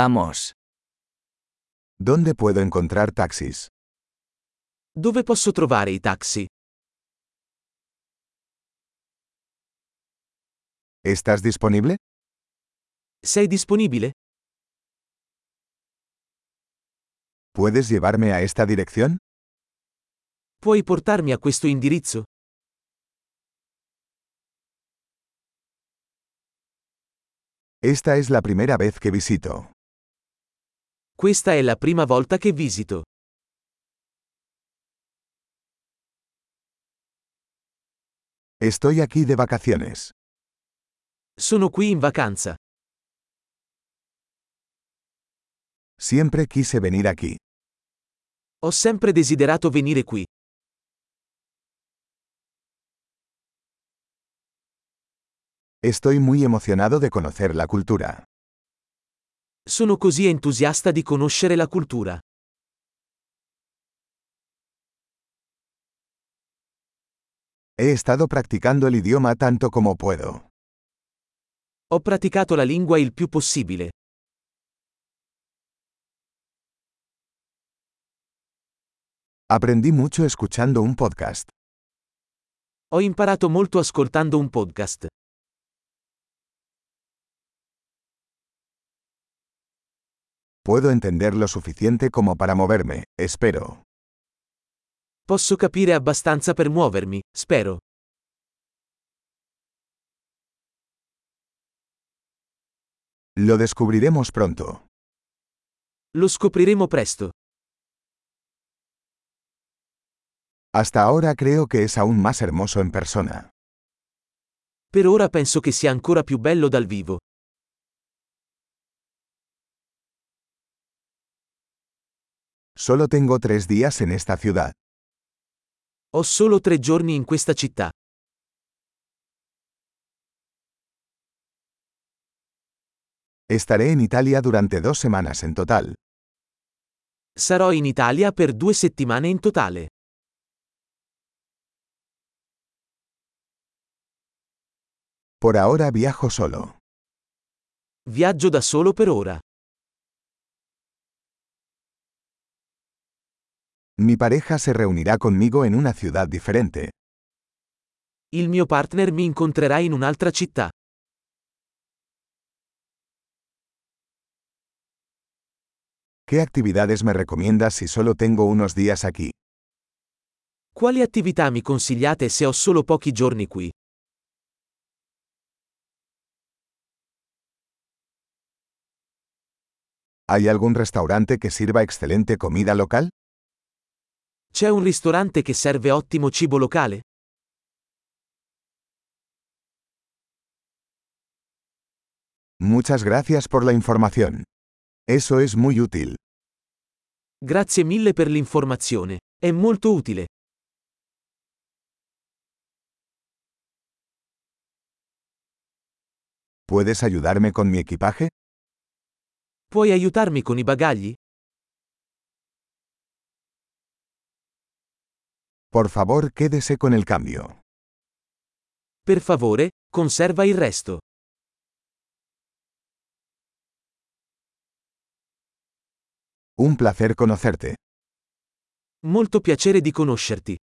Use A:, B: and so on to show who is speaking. A: Vamos.
B: ¿Dónde puedo encontrar taxis?
C: Dove posso trovare i taxi?
B: ¿Estás disponible?
C: Sei disponibile?
B: ¿Puedes llevarme a esta dirección?
C: Puoi portarmi a questo indirizzo?
B: Esta es la primera vez que visito.
C: Questa è la prima volta che visito.
B: Estoy aquí de vacaciones.
C: Sono qui in vacanza.
B: Siempre quise venir aquí.
C: Ho sempre desiderato venire qui.
B: Estoy muy emocionado de conocer la cultura.
C: Sono così entusiasta di conoscere la cultura.
B: He estado practicando el idioma tanto como puedo.
C: Ho praticato la lingua il più possibile.
B: Aprendí mucho escuchando un podcast.
C: Ho imparato molto ascoltando un podcast.
B: Puedo entender lo suficiente como para moverme, espero.
C: Posso capire abbastanza per muovermi, spero.
B: Lo descubriremos pronto.
C: Lo scopriremo presto.
B: Hasta ahora creo que es aún más hermoso en persona.
C: Per ora penso che sia ancora più bello dal vivo.
B: Solo tengo tres días en esta ciudad.
C: Ho solo tre giorni in questa città.
B: Estaré en Italia durante dos semanas en total.
C: Sarò in Italia per due settimane in totale.
B: Por ahora viajo solo.
C: Viaggio da solo per ora.
B: Mi pareja se reunirá conmigo en una ciudad diferente.
C: Il mio partner mi incontrerà in un'altra città.
B: ¿Qué actividades me recomiendas si solo tengo unos días aquí?
C: Quali attività mi consigliate se ho solo pochi giorni qui?
B: ¿Hay algún restaurante que sirva excelente comida local?
C: C'è un ristorante che serve ottimo cibo locale?
B: Muchas gracias por la información. Eso es muy útil.
C: Grazie mille per l'informazione, è molto utile.
B: ¿Puedes ayudarme con mi equipaje?
C: Puoi aiutarmi con i bagagli?
B: Por favor, quédese con el cambio.
C: Per favore, conserva il resto.
B: Un placer conocerte.
C: Molto piacere di conoscerti.